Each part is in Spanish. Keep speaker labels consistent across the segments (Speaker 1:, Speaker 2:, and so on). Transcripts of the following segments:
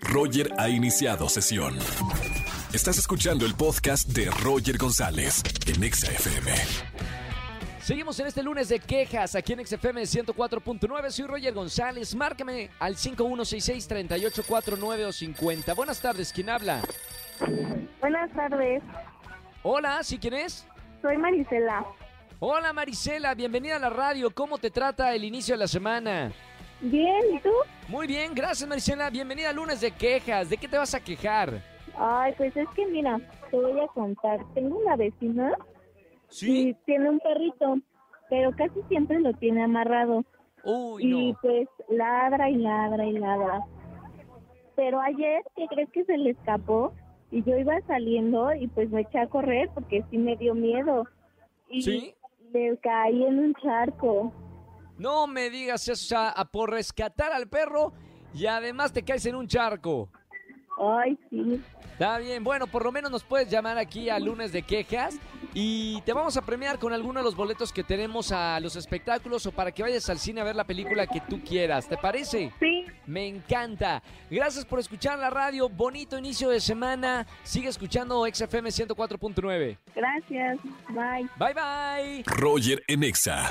Speaker 1: Roger ha iniciado sesión. Estás escuchando el podcast de Roger González en Exa FM.
Speaker 2: Seguimos en este lunes de quejas aquí en XFM 104.9. Soy Roger González. Márcame al 5166-3849 o 50. Buenas tardes, ¿quién habla?
Speaker 3: Buenas tardes,
Speaker 2: Hola, ¿sí quién es?
Speaker 3: soy Marisela.
Speaker 2: Hola Marisela, bienvenida a la radio. ¿Cómo te trata el inicio de la semana?
Speaker 3: Bien, ¿y tú?
Speaker 2: Muy bien, gracias Marisela. Bienvenida al lunes de quejas. ¿De qué te vas a quejar?
Speaker 3: Ay, pues es que mira, te voy a contar. Tengo una vecina y tiene un perrito, pero casi siempre lo tiene amarrado.
Speaker 2: Uy,
Speaker 3: Y
Speaker 2: no.
Speaker 3: pues ladra y ladra y ladra. Pero ayer, ¿qué crees que se le escapó? Y yo iba saliendo y pues me eché a correr porque sí me dio miedo. Y
Speaker 2: ¿Sí?
Speaker 3: le caí en un charco.
Speaker 2: No me digas eso, o sea, a por rescatar al perro y además te caes en un charco.
Speaker 3: Ay, sí.
Speaker 2: Está bien, bueno, por lo menos nos puedes llamar aquí a lunes de quejas y te vamos a premiar con alguno de los boletos que tenemos a los espectáculos o para que vayas al cine a ver la película que tú quieras, ¿te parece?
Speaker 3: Sí,
Speaker 2: Me encanta. Gracias por escuchar la radio, bonito inicio de semana, sigue escuchando XFM 104.9.
Speaker 3: gracias. Bye.
Speaker 2: Bye bye.
Speaker 1: Roger en Exa.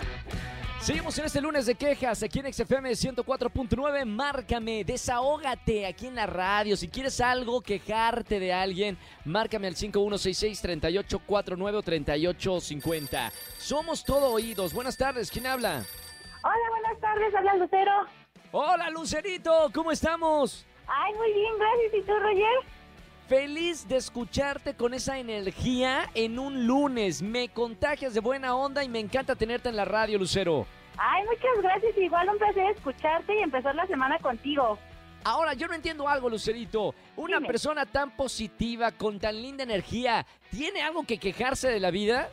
Speaker 2: Seguimos en este lunes de quejas aquí en XFM 104.9. Márcame, desahógate aquí en la radio. Si quieres algo, quejarte de alguien, márcame al 5166-3849 o 3850. Somos todo oídos. Buenas tardes, ¿quién habla?
Speaker 3: Hola, buenas tardes, habla Lucero.
Speaker 2: Hola, Lucerito, ¿cómo estamos?
Speaker 3: Ay, muy bien, gracias. ¿Y tú, Roger?
Speaker 2: Feliz de escucharte con esa energía en un lunes. Me contagias de buena onda y me encanta tenerte en la radio, Lucero.
Speaker 3: Ay, muchas gracias. Igual un placer escucharte y empezar la semana contigo.
Speaker 2: Ahora, yo no entiendo algo, Lucerito. Una
Speaker 3: Dime.
Speaker 2: persona tan positiva, con tan linda energía, ¿tiene algo que quejarse de la vida?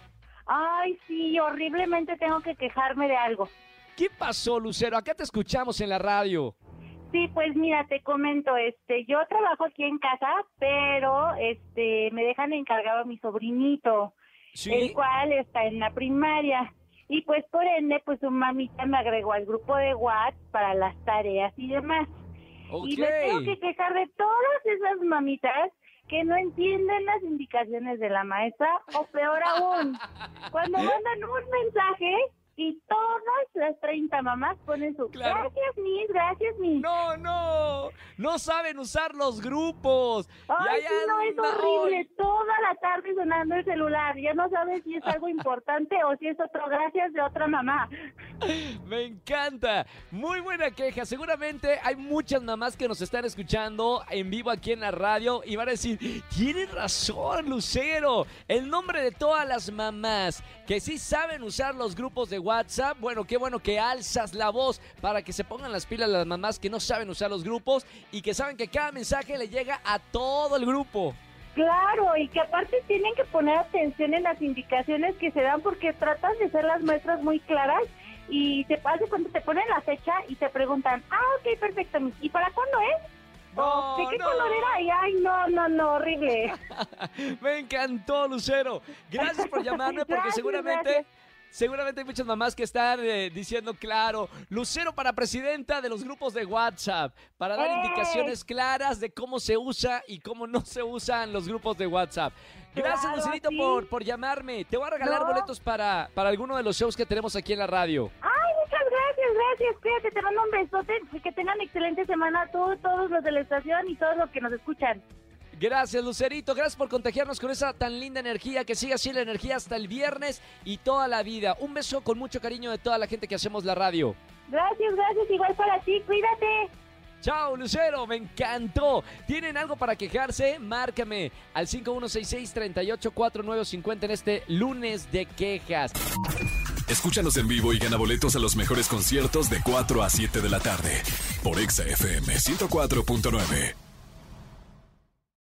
Speaker 3: Ay, sí, horriblemente tengo que quejarme de algo.
Speaker 2: ¿Qué pasó, Lucero? Acá te escuchamos en la radio.
Speaker 3: Sí, pues mira, te comento, este, yo trabajo aquí en casa, pero este, me dejan encargado a mi sobrinito, el cual está en la primaria. Y pues por ende, pues su mamita me agregó al grupo de WhatsApp para las tareas y demás.
Speaker 2: Ok.
Speaker 3: Y me tengo que quejar de todas esas mamitas que no entienden las indicaciones de la maestra o peor aún, cuando
Speaker 2: ¿Eh?
Speaker 3: mandan un mensaje y todas las 30 mamás ponen su
Speaker 2: Claro.
Speaker 3: gracias mis, gracias mis.
Speaker 2: No, no. No saben usar los grupos. Y ahí
Speaker 3: Ay, sí, no, es
Speaker 2: anda-
Speaker 3: horrible, toda la tarde sonando el celular, ya no sabes si es algo importante o si es otro gracias de otra mamá.
Speaker 2: Me encanta. Muy buena queja. Seguramente hay muchas mamás que nos están escuchando en vivo aquí en la radio y van a decir, tienes razón, Lucero. El nombre de todas las mamás que sí saben usar los grupos de WhatsApp, bueno, qué bueno que alzas la voz para que se pongan las pilas las mamás que no saben usar los grupos y que saben que cada mensaje le llega a todo el grupo.
Speaker 3: Claro, y que aparte tienen que poner atención en las indicaciones que se dan porque tratan de ser las muestras muy claras y te pasa cuando te ponen la fecha y te preguntan, ah, ok, perfecto, miss, ¿y para cuándo es?
Speaker 2: No,
Speaker 3: ¿O ¿De qué
Speaker 2: no.
Speaker 3: color era? Y, ay, no, no, no, horrible.
Speaker 2: Me encantó, Lucero. Gracias por llamarme porque
Speaker 3: Gracias,
Speaker 2: seguramente...
Speaker 3: gracias.
Speaker 2: Seguramente hay muchas mamás que están eh, diciendo, claro, Lucero para presidenta de los grupos de WhatsApp, para dar
Speaker 3: ¡Eh!
Speaker 2: indicaciones claras de cómo se usa y cómo no se usan los grupos de WhatsApp. Gracias,
Speaker 3: Claro,
Speaker 2: Lucerito,
Speaker 3: sí.
Speaker 2: por, por llamarme. Te voy a regalar
Speaker 3: No.
Speaker 2: boletos para, para alguno de los shows que tenemos aquí en la radio.
Speaker 3: Ay, muchas gracias, gracias, cuídate, te mando un besote, y que tengan excelente semana tú, todos los de la estación y todos los que nos escuchan.
Speaker 2: Gracias, Lucerito. Gracias por contagiarnos con esa tan linda energía. Que siga así la energía hasta el viernes y toda la vida. Un beso con mucho cariño de toda la gente que hacemos la radio.
Speaker 3: Gracias, gracias, igual para ti, cuídate.
Speaker 2: Chao, Lucero, me encantó. ¿Tienen algo para quejarse? Márcame al 5166-384950 en este lunes de quejas.
Speaker 1: Escúchanos en vivo y gana boletos a los mejores conciertos de 4 a 7 de la tarde por Exa FM 104.9.